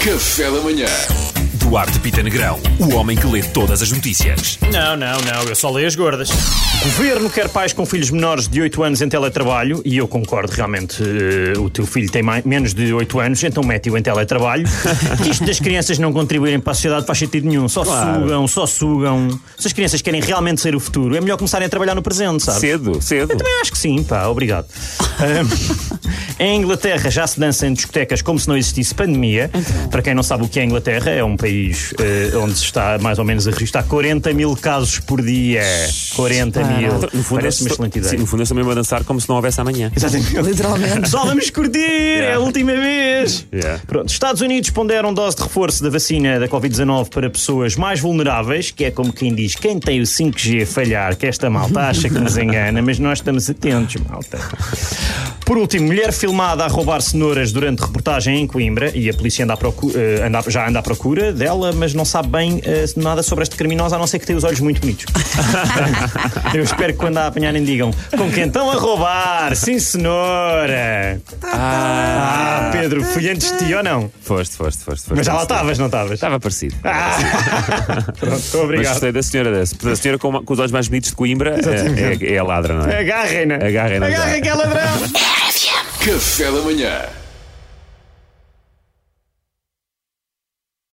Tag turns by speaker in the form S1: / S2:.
S1: Café da Manhã.
S2: Duarte Pita Negrão, o homem que lê todas as notícias.
S3: Não, não, não, eu só leio as gordas. Governo quer pais com filhos menores de 8 anos em teletrabalho, e eu concordo realmente, eh, o teu filho tem mai- menos de 8 anos, então mete-o em teletrabalho. Porque isto das crianças não contribuírem para a sociedade faz sentido nenhum, só sugam, só sugam. Se as crianças querem realmente ser o futuro, é melhor começarem a trabalhar no presente, sabe?
S4: Cedo, cedo.
S3: Também acho que sim, pá, obrigado. Ahm, em Inglaterra já se dança em discotecas como se não existisse pandemia.
S4: Então.
S3: Para quem não sabe o que é a Inglaterra, é um país eh, onde se está mais ou menos a registrar 40 mil casos por dia. 40 mil.
S4: No fundo,
S3: Parece uma
S4: eles-
S3: excelente ideia.
S4: Sim, no fundo, eles também vão dançar como se não houvesse amanhã.
S3: Exatamente.
S5: Literalmente.
S3: Só vamos curtir, é a última vez.
S4: Yeah.
S3: Pronto, Estados Unidos ponderam dose de reforço da vacina da Covid-19 para pessoas mais vulneráveis, que é como quem diz, quem tem o 5G falhar, que esta malta acha que nos engana, mas nós estamos atentos, malta. Por último, mulher filmada a roubar cenouras durante reportagem em Coimbra e a polícia anda à procu- eh, anda- já anda à procura dela, mas não sabe bem eh, nada sobre este criminoso, a não ser que tem os olhos muito bonitos. Eu espero que quando a apanharem digam com quem estão a roubar, sim senhora. Ah, Pedro, fui antes de ti ou não?
S4: Foste, foste, foste. foste.
S3: Mas já lá estavas, não estavas?
S4: Estava parecido.
S3: Pronto,
S4: Tá Mas
S3: obrigado.
S4: gostei da senhora, da, da senhora com, com os olhos mais bonitos de Coimbra. É, é, é a ladra, não é?
S3: Agarrem-na.
S4: Agarrem-na já.
S3: Agarrem que é ladrão.
S1: Café da Manhã.